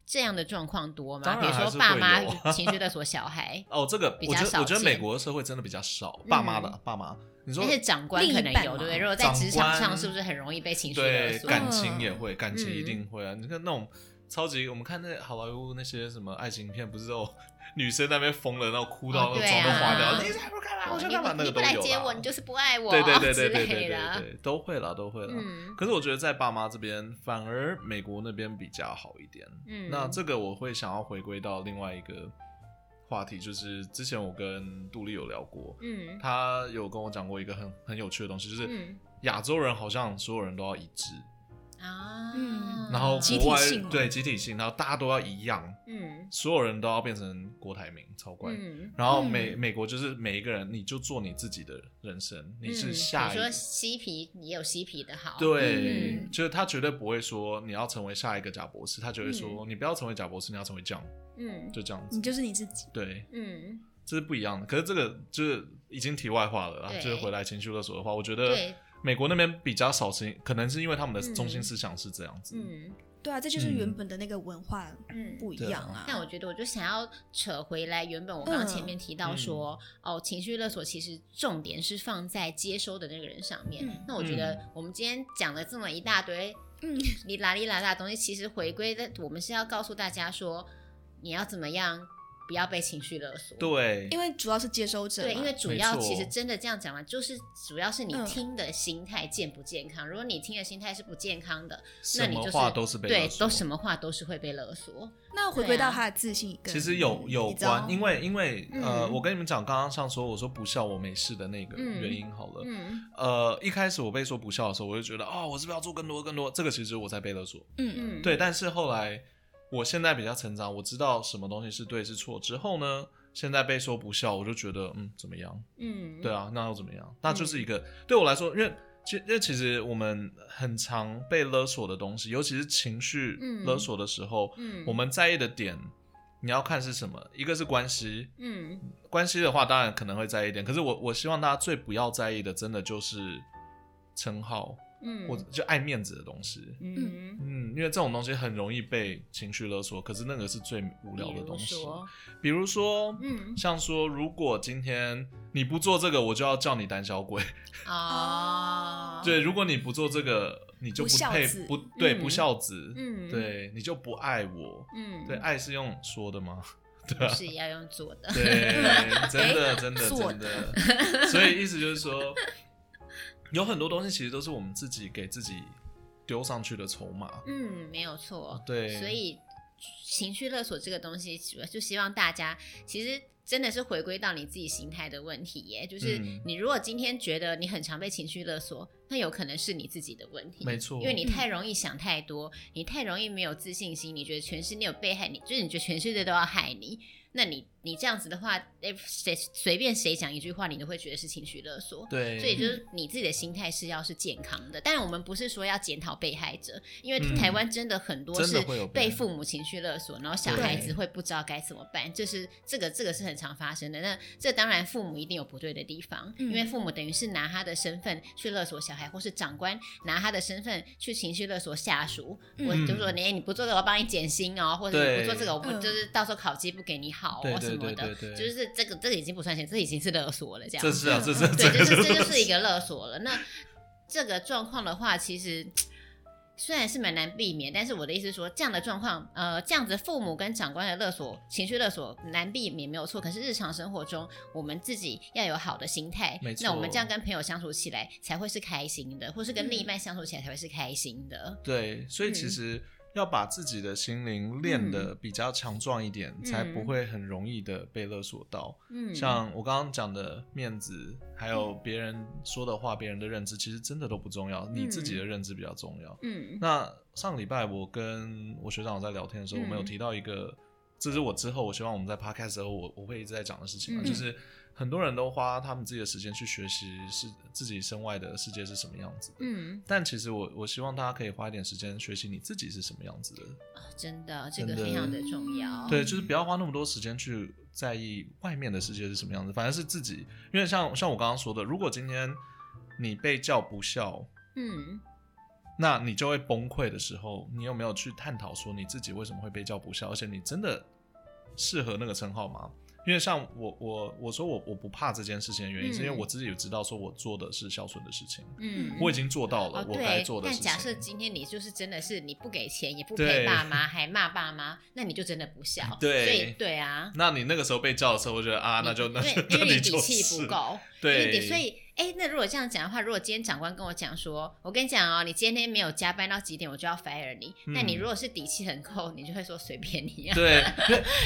Speaker 3: 这样的状况多吗？
Speaker 2: 当
Speaker 3: 比
Speaker 2: 然
Speaker 3: 如
Speaker 2: 还
Speaker 3: 说
Speaker 2: 是
Speaker 3: 爸
Speaker 2: 会
Speaker 3: 妈
Speaker 2: 有
Speaker 3: 情绪勒索小孩，
Speaker 2: 哦，这个
Speaker 3: 比
Speaker 2: 我
Speaker 3: 较
Speaker 2: 觉得我
Speaker 3: 少
Speaker 2: 觉得美
Speaker 3: 见
Speaker 2: 国的社会真的比较少，爸妈的、
Speaker 3: 嗯
Speaker 2: 爸妈，你说
Speaker 3: 但是长官
Speaker 1: 另一
Speaker 3: 可能
Speaker 1: 半
Speaker 3: 有，对不
Speaker 1: 嘛
Speaker 3: 对？如果在职场
Speaker 2: 长
Speaker 3: 上，
Speaker 2: 官
Speaker 3: 是不是很容易被情绪勒
Speaker 2: 对，
Speaker 3: 索？
Speaker 2: 感情也会，感情
Speaker 3: 嗯
Speaker 2: 一定会啊！你看那种超级，我们看那好莱坞那些什么爱情片，不是都有女生那边疯了，然后哭到
Speaker 3: 哦
Speaker 2: 那个
Speaker 3: 对
Speaker 2: 妆都化
Speaker 3: 啊
Speaker 2: 掉，你才不干嘛，我就
Speaker 3: 你
Speaker 2: 干嘛，
Speaker 3: 不
Speaker 2: 那
Speaker 3: 你
Speaker 2: 个
Speaker 3: 不
Speaker 2: 都
Speaker 3: 来
Speaker 2: 有
Speaker 3: 接我，
Speaker 2: 啦
Speaker 3: 你。就是不爱我，
Speaker 2: 对对对对
Speaker 3: 啊之
Speaker 2: 对对
Speaker 3: 类
Speaker 2: 对
Speaker 3: 的。
Speaker 2: 对，都会啦，都会啦。
Speaker 3: 嗯
Speaker 2: 可是我觉得在爸妈这边，反而美国那边比较好一点。
Speaker 3: 嗯，
Speaker 2: 那这个我会想要回归到另外一个话题，就是之前我跟杜丽有聊过，
Speaker 3: 嗯
Speaker 2: 他有跟我讲过一个很很有趣的东西，就是
Speaker 3: 嗯
Speaker 2: 亚洲人好像所有人都要一致，
Speaker 3: 啊，
Speaker 1: 嗯
Speaker 2: 然后
Speaker 1: 集
Speaker 2: 国外
Speaker 1: 体性嘛
Speaker 2: 对集体性，然后大家都要一样，
Speaker 3: 嗯
Speaker 2: 所有人都要变成郭台铭，超怪。
Speaker 3: 嗯，
Speaker 2: 然后美、美国就是每一个人，你就做你自己的人生，你是下
Speaker 3: 嗯你
Speaker 2: 一、
Speaker 3: 说嬉皮也有嬉皮的好，
Speaker 2: 对，
Speaker 1: 嗯
Speaker 2: 就是他绝对不会说你要成为下一个贾博士，他就会说、你不要成为贾博士，你要成为这样，
Speaker 3: 嗯
Speaker 2: 就这样子。
Speaker 1: 你就是你自己。
Speaker 2: 对，
Speaker 3: 嗯，
Speaker 2: 这是不一样的。可是这个就是已经题外话了啦，
Speaker 3: 对
Speaker 2: 就是回来情绪勒索的话，我觉得
Speaker 3: 对，
Speaker 2: 美国那边比较少情，可能是因为他们的
Speaker 3: 嗯
Speaker 2: 中心思想是这样子。
Speaker 3: 嗯
Speaker 1: 对啊，这就是
Speaker 2: 嗯
Speaker 1: 原本的那个文化
Speaker 3: 嗯。
Speaker 1: 不一样啊。
Speaker 3: 但我觉得，我就想要扯回来，原本我刚刚前面提到说，哦，情绪勒索其实重点是放在接收的那个人上面。
Speaker 1: 嗯
Speaker 3: 那我觉得我们今天讲了这么一大堆，
Speaker 1: 嗯，
Speaker 3: 哩啦哩啦啦的东西，其实回归的，我们是要告诉大家说，你要怎么样不要被情绪勒索。
Speaker 2: 对，
Speaker 1: 因为主要是接收者嘛，
Speaker 3: 对，因为主
Speaker 2: 没
Speaker 3: 要
Speaker 2: 错
Speaker 3: 其实真的这样讲完，就是主要是你
Speaker 1: 嗯
Speaker 3: 听的心态健不健康。如果你听的心态是不健康的，那
Speaker 2: 什
Speaker 3: 你
Speaker 2: 么
Speaker 3: 就是
Speaker 2: 话都是被
Speaker 3: 对
Speaker 2: 勒，索
Speaker 3: 都什么话都是会被勒索。
Speaker 1: 那回归
Speaker 3: 对啊
Speaker 1: 到他的自信跟
Speaker 2: 其实有有
Speaker 1: 你知道
Speaker 2: 关，因为因为呃，
Speaker 3: 嗯
Speaker 2: 我跟你们讲，刚刚上说我说不笑我没事的那个
Speaker 3: 嗯
Speaker 2: 原因好了，
Speaker 3: 嗯
Speaker 2: 呃，一开始我被说不笑的时候，我就觉得哦，我是不是要做更多更多？这个其实我在被勒索，
Speaker 1: 嗯
Speaker 3: 嗯，
Speaker 2: 对。但是后来我现在比较成长，我知道什么东西是对是错之后呢，现在被说不笑，我就觉得嗯怎么样？
Speaker 3: 嗯，
Speaker 2: 对啊，那又怎么样？那就是一个、对我来说，因为其因为其实我们很常被勒索的东西，尤其是情绪
Speaker 3: 嗯
Speaker 2: 勒索的时候，
Speaker 3: 嗯
Speaker 2: 我们在意的点，你要看是什么。一个是关系，
Speaker 3: 嗯
Speaker 2: 关系的话当然可能会在意一点，可是我我希望大家最不要在意的，真的就是称号
Speaker 3: 嗯，
Speaker 2: 或者就爱面子的东西。
Speaker 3: 嗯
Speaker 2: 嗯，因为这种东西很容易被情绪勒索，可是那个是最无聊
Speaker 3: 比
Speaker 2: 的
Speaker 3: 如
Speaker 2: 东西。
Speaker 3: 说，
Speaker 2: 比如说，
Speaker 3: 嗯，
Speaker 2: 像说，如果今天你不做这个，我就要叫你胆小鬼。
Speaker 3: 哦，
Speaker 2: 对，如果你不做这个，你就
Speaker 1: 不
Speaker 2: 不
Speaker 1: 孝
Speaker 2: 配
Speaker 1: 子
Speaker 2: 不对
Speaker 3: 嗯
Speaker 2: 不孝子，
Speaker 3: 嗯，，
Speaker 2: 对，你就不爱我。
Speaker 3: 嗯，
Speaker 2: 对，，啊爱是用说的 吗？
Speaker 3: 是要用做的，
Speaker 2: 对，真
Speaker 3: 哎
Speaker 2: 的，真的，
Speaker 1: 做
Speaker 2: 真的。所以意思就是说，有很多东西其实都是我们自己给自己丢上去的筹码。
Speaker 3: 嗯，没有错，
Speaker 2: 对，
Speaker 3: 所以情绪勒索这个东西，主要就希望大家其实。真的是回归到你自己心态的问题耶，就是
Speaker 2: 嗯
Speaker 3: 你如果今天觉得你很常被情绪勒索，那有可能是你自己的问题，
Speaker 2: 没错
Speaker 3: 因为你太容易想太多，你太容易没有自信心，你觉得全世界有被害你，就是你觉得全世界都要害你，那你你这样子的话，哎，谁随便谁讲一句话，你都会觉得是情绪勒索，
Speaker 2: 对，
Speaker 3: 所以就是你自己的心态是要是健康的，但我们不是说要检讨被害者，因为
Speaker 2: 嗯
Speaker 3: 台湾真的很多
Speaker 2: 真的
Speaker 3: 是
Speaker 2: 会有被害
Speaker 3: 被父母情绪勒索，然后小
Speaker 2: 对
Speaker 3: 孩子会不知道该怎么办，就是这个这个是很常发生的。那这当然父母一定有不对的地方，
Speaker 1: 嗯
Speaker 3: 因为父母等于是拿他的身份去勒索小孩，或是长官拿他的身份去情绪勒索下属。我
Speaker 2: 嗯
Speaker 3: 就说哎你你不做这个，我帮你减薪哦，或者你不做这个，我不
Speaker 1: 对嗯
Speaker 3: 就是到时候考绩不给你好
Speaker 2: 对
Speaker 3: 哦
Speaker 2: 对
Speaker 3: 什么
Speaker 2: 对
Speaker 3: 的，
Speaker 2: 对对
Speaker 3: 就是这个这个已经不算钱，这已经是勒索了这样子。
Speaker 2: 这是啊， 这是啊
Speaker 3: 对，就是这就是一
Speaker 2: 个
Speaker 3: 个勒索了。那这个状况的话，其实虽然是蛮难避免，但是我的意思是说，这样的状况，呃，这样子父母跟长官的勒索、情绪勒索难避免没有错。可是日常生活中，我们自己要有好的心态
Speaker 2: 没，错
Speaker 3: 那我们这样跟朋友相处起来才会是开心的，或是跟
Speaker 1: 嗯
Speaker 3: 另一半相处起来才会是开心的。
Speaker 2: 对，所以其
Speaker 3: 嗯
Speaker 2: 实要把自己的心灵练得比较强壮一点，
Speaker 3: 嗯
Speaker 2: 才不会很容易的被勒索到。
Speaker 3: 嗯，
Speaker 2: 像我刚刚讲的面子，还有别人说的话、别人的认知，其实真的都不重要，你自己的认知比较重要。
Speaker 3: 嗯
Speaker 2: 那上礼拜我跟我学长在聊天的时候，
Speaker 3: 嗯
Speaker 2: 我们有提到一个，这是我之后我希望我们在 podcast 的时候我我会一直在讲的事情嘛，啊
Speaker 3: 嗯
Speaker 2: 就是很多人都花他们自己的时间去学习是自己身外的世界是什么样子的。
Speaker 3: 嗯，
Speaker 2: 但其实我我希望大家可以花一点时间学习你自己是什么样子的，
Speaker 3: 哦啊真的，这个
Speaker 2: 真的
Speaker 3: 非常的重要。
Speaker 2: 对，就是不要花那么多时间去在意外面的世界是什么样子，反而是自己，因为像像我刚刚说的，如果今天你被叫不孝，
Speaker 3: 嗯
Speaker 2: 那你就会崩溃的时候，你有没有去探讨说你自己为什么会被叫不孝，而且你真的适合那个称号吗？因为像我我我说我我不怕这件事情的原因，是因为
Speaker 3: 嗯
Speaker 2: 我自己也知道说我做的是孝顺的事情，
Speaker 3: 嗯，
Speaker 2: 我已经做到了、
Speaker 3: 哦，
Speaker 2: 我
Speaker 3: 对，
Speaker 2: 该做的
Speaker 3: 但
Speaker 2: 事
Speaker 3: 假设
Speaker 2: 情。
Speaker 3: 今天你就是真的是你不给钱，也不
Speaker 2: 对
Speaker 3: 陪爸妈，还骂爸妈，那你就真的不孝。
Speaker 2: 对
Speaker 3: 所以对啊，
Speaker 2: 那你那个时候被叫的时候，我觉得啊，
Speaker 3: 你
Speaker 2: 那就 那
Speaker 3: 对，
Speaker 2: 那
Speaker 3: 因为你
Speaker 2: 你
Speaker 3: 底
Speaker 2: 就
Speaker 3: 气
Speaker 2: 是
Speaker 3: 不够，因为
Speaker 2: 对，
Speaker 3: 你所以哎，那如果这样讲的话，如果今天长官跟我讲说，我跟你讲哦，你今天没有加班到几点，我就要 fire 你。
Speaker 2: 嗯
Speaker 3: 那你如果是底气很够，你就会说随便你 啊，
Speaker 2: 对，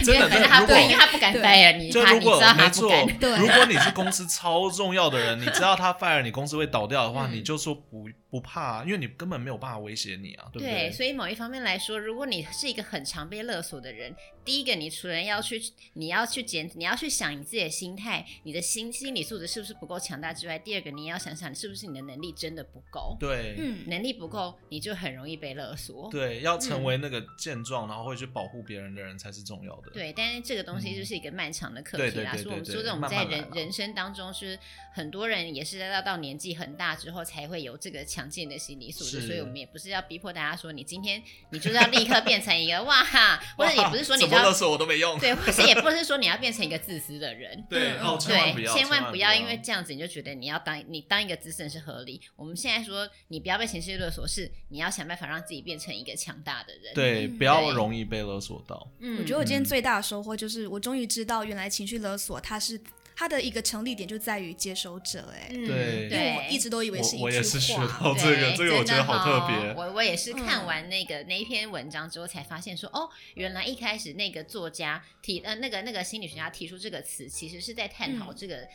Speaker 2: 因为真的，
Speaker 3: 因为可
Speaker 2: 真
Speaker 3: 是
Speaker 2: 的
Speaker 3: 他
Speaker 2: 如
Speaker 3: 不，
Speaker 2: 果
Speaker 3: 因为他不敢
Speaker 1: 对
Speaker 3: fire 你，
Speaker 2: 就
Speaker 3: 他
Speaker 2: 如
Speaker 3: 你知
Speaker 2: 果
Speaker 3: 道他
Speaker 2: 没
Speaker 3: 不
Speaker 2: 错
Speaker 3: 敢。，
Speaker 1: 对
Speaker 2: 如果你是公司超重要的人，你知道他 fire 你公司会倒掉的话，
Speaker 3: 嗯
Speaker 2: 你就说不不怕、啊，因为你根本没有办法威胁你啊，对不
Speaker 3: 对，
Speaker 2: 对？
Speaker 3: 所以某一方面来说，如果你是一个很常被勒索的人，第一个，你除了要去，你要去检，你要去想你自己的心态，你的心心理素质是不是不够强大之外，第二个，你也要想想是不是你的能力真的不够，
Speaker 2: 对、
Speaker 1: 嗯，
Speaker 3: 能力不够，你就很容易被勒索。
Speaker 2: 对，要成为那个健壮，然后会去保护别人的人才是重要的。嗯
Speaker 3: 对，但是这个东西就是一个漫长的课
Speaker 2: 对
Speaker 3: 题
Speaker 2: 对
Speaker 3: 啦，
Speaker 2: 对
Speaker 3: 所以我们
Speaker 2: 对
Speaker 3: 说这
Speaker 2: 对
Speaker 3: 种在
Speaker 2: 慢慢
Speaker 3: 人
Speaker 2: 来啦啊
Speaker 3: 人生当中，是很多人也是要到年纪很大之后才会有这个强健的心理素质，
Speaker 2: 是
Speaker 3: 所以我们也不是要逼迫大家说你今天你就是要立刻变成一 个哇哈，或者也不是说你
Speaker 2: 怎
Speaker 3: 就
Speaker 2: 么勒
Speaker 3: 要
Speaker 2: 索我都没用。
Speaker 3: 对，或是也不是说你要变成一个自私的人。
Speaker 2: 对，
Speaker 1: 嗯
Speaker 2: 哦，
Speaker 1: 嗯
Speaker 2: 千万不
Speaker 3: 对，
Speaker 2: 要，
Speaker 3: 千万
Speaker 2: 不
Speaker 3: 不要因为这样子你就觉得你要当你当一个自私人是合理。我们现在说你不要被情绪勒索，是你要想办法让自己变成一个强大的人。，
Speaker 2: 对，
Speaker 1: 嗯
Speaker 2: 不要容易被勒索到。
Speaker 3: 嗯，
Speaker 1: 我觉得我今天最大的收获就是，我终于知道原来情绪勒索它是它的一个成立点就在于接收者、哎、
Speaker 3: 嗯
Speaker 2: 对
Speaker 1: 因为我
Speaker 3: 对
Speaker 1: 一直都以为是一
Speaker 2: 我
Speaker 1: 句话，
Speaker 2: 我也是学到 这
Speaker 3: 对
Speaker 2: 个，这个我
Speaker 3: 真
Speaker 2: 觉
Speaker 3: 的
Speaker 2: 得好特
Speaker 3: 哦
Speaker 2: 别。
Speaker 3: 我我也是看
Speaker 1: 嗯
Speaker 3: 完那个、那一篇文章之后，才发现说，哦，原来一开始那个作家提呃那个那个心理学家提出这个词，其实是在探讨
Speaker 1: 嗯
Speaker 3: 这个。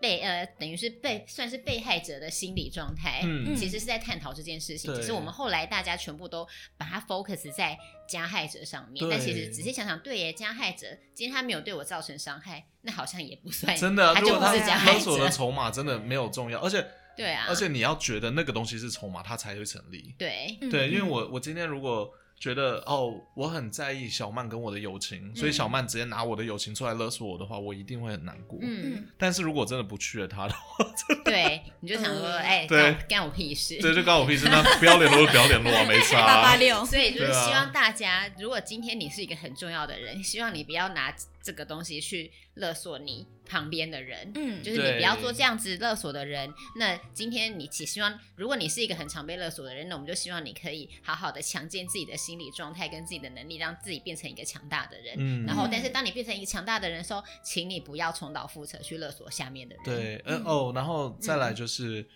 Speaker 3: 被呃，等于是被算是被害者的心理状态，
Speaker 2: 嗯
Speaker 3: 其实是在探讨这件事情。
Speaker 2: 对
Speaker 3: 只是我们后来大家全部都把它 focus 在加害者上面，但其实
Speaker 2: 对
Speaker 3: 仔细想想，对耶，加害者今天他没有对我造成伤害，那好像也不算
Speaker 2: 真的啊，
Speaker 3: 哎他
Speaker 2: 如
Speaker 3: 就
Speaker 2: 果
Speaker 3: 不
Speaker 2: 他
Speaker 3: 是加害
Speaker 2: 勒索的
Speaker 3: 者，
Speaker 2: 筹码真的没有重要，而且
Speaker 3: 对啊，
Speaker 2: 而且你要觉得那个东西是筹码，它才会成立。
Speaker 3: 对，
Speaker 1: 嗯
Speaker 2: 对，因为
Speaker 1: 嗯
Speaker 2: 我我今天如果觉得哦，我很在意小曼跟我的友情，所以小曼直接拿我的友情出来勒索我的话，我一定会很难过。
Speaker 3: 嗯，
Speaker 1: 嗯，
Speaker 2: 但是如果真的不去了他的 话，
Speaker 3: 对，你就想说，
Speaker 1: 嗯
Speaker 3: 哎、
Speaker 2: 对
Speaker 3: 干干我屁事。
Speaker 2: 对，就关我屁事，那不要联络就不要联络啊，没差
Speaker 1: 八
Speaker 2: 啊、
Speaker 1: 八 六，
Speaker 3: 所以就是
Speaker 2: 对啊
Speaker 3: 希望大家，如果今天你是一个很重要的人，希望你不要拿这个东西去勒索你旁边的人。
Speaker 1: 嗯，
Speaker 3: 就是你
Speaker 2: 对
Speaker 3: 不要做这样子勒索的人。那今天你只希望，如果你是一个很常被勒索的人，那我们就希望你可以好好的强健自己的心理状态跟自己的能力，让自己变成一个强大的人。
Speaker 2: 嗯
Speaker 3: 然后，但是当你变成一个强大的人的时候，请你不要重蹈覆辙去勒索下面的人。，
Speaker 2: 对，呃、
Speaker 1: 嗯
Speaker 2: 哦，然后再来就是、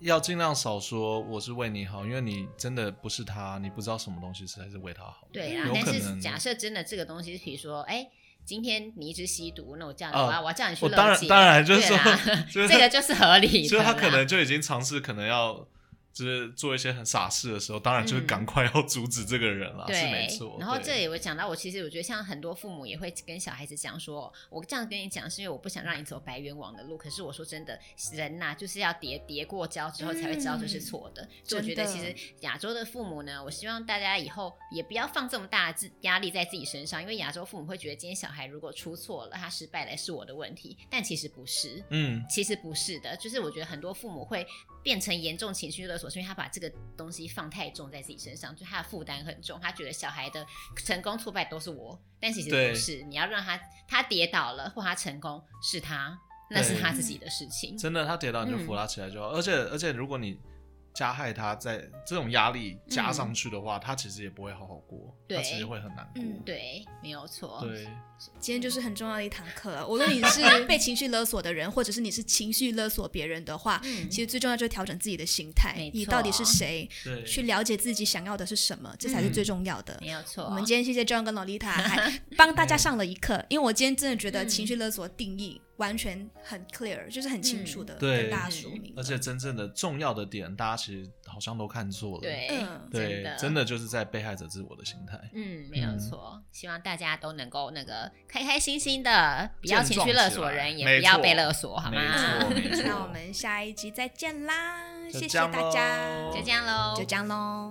Speaker 2: 要尽量少说我是为你好，因为你真的不是他，你不知道什么东西才是为他好。
Speaker 3: 对啊
Speaker 1: 有。
Speaker 3: 但
Speaker 2: 嗯可
Speaker 3: 是
Speaker 2: 能
Speaker 3: 假设真的这个东西，比如说，哎。今天你一直吸毒，那我叫你，
Speaker 2: 哦
Speaker 3: 我要我要叫你去
Speaker 2: 我
Speaker 3: 勒
Speaker 2: 当然
Speaker 3: 戒
Speaker 2: 当然就是说
Speaker 3: 对啦，
Speaker 2: 就是
Speaker 3: 这个就是合理的
Speaker 2: 所以他
Speaker 3: 啦
Speaker 2: 可能就已经尝试，可能要就是做一些很傻事的时候，当然就是赶快要阻止这个人啦，
Speaker 3: 嗯对，
Speaker 2: 是没错。
Speaker 3: 然后
Speaker 2: 对
Speaker 3: 这里我讲到，我其实我觉得像很多父母也会跟小孩子讲说，我这样跟你讲是因为我不想让你走白冤枉的路。可是我说真的，人呐、就是要跌跌过跤之后才会知道这是错的。所以我觉得
Speaker 1: 嗯真
Speaker 3: 其
Speaker 1: 的
Speaker 3: 实亚洲的父母呢，我希望大家以后也不要放这么大的自压力在自己身上，因为亚洲父母会觉得今天小孩如果出错了，他失败了是我的问题，但其实不是。
Speaker 2: 嗯，
Speaker 3: 其实不是的，就是我觉得很多父母会变成严重情绪勒索，是因为他把这个东西放太重在自己身上，就他的负担很重，他觉得小孩的成功挫败都是我，但其实不
Speaker 2: 对
Speaker 3: 是，你要让他他跌倒了或他成功是他，那是
Speaker 1: 嗯
Speaker 3: 他自己的事情。
Speaker 2: 真的他跌倒你就
Speaker 3: 嗯
Speaker 2: 扶他起来就好，而且而且如果你。加害他在这种压力加上去的话，他其实也不会好好过，
Speaker 3: 嗯对
Speaker 2: 他其实会很难过。
Speaker 1: 嗯
Speaker 3: 对，没有错。
Speaker 2: 对，
Speaker 1: 今天就是很重要的一堂课了。无论你是 被情绪勒索的人，或者是你是情绪勒索别人的话，
Speaker 3: 嗯，
Speaker 1: 其实最重要就是调整自己的心态
Speaker 3: 没，
Speaker 1: 你
Speaker 3: 错
Speaker 1: 到底是谁，
Speaker 2: 对，
Speaker 1: 去了解自己想要的是什么，这才是最重要的。
Speaker 3: 嗯没有错。
Speaker 1: 我们今天谢谢 John 跟 Lolita，还 帮大家上了一课，因为我今天真的觉得情绪勒索定义完全很 clear，就是很清楚的
Speaker 2: 嗯对
Speaker 1: 跟大家说明了。
Speaker 2: 而且真正的重要的点，大家其实好像都看错了。
Speaker 3: 对、
Speaker 1: 嗯
Speaker 2: 对，
Speaker 3: 的
Speaker 2: 真的就是在被害者自我的心态。
Speaker 3: 嗯，没有
Speaker 2: 嗯
Speaker 3: 错，希望大家都能够那个开开心心的，不要
Speaker 2: 健
Speaker 3: 情绪
Speaker 2: 壮
Speaker 3: 勒
Speaker 2: 起
Speaker 3: 索
Speaker 2: 来
Speaker 3: 人，也
Speaker 2: 没
Speaker 3: 不要
Speaker 2: 错
Speaker 3: 被勒索，好
Speaker 2: 没
Speaker 3: 吗？
Speaker 2: 错，没错。
Speaker 1: 那我们下一集再见啦，
Speaker 2: 就
Speaker 1: 谢谢
Speaker 2: 这样
Speaker 1: 大家
Speaker 2: 咯，
Speaker 3: 就这样喽，
Speaker 1: 就这样喽。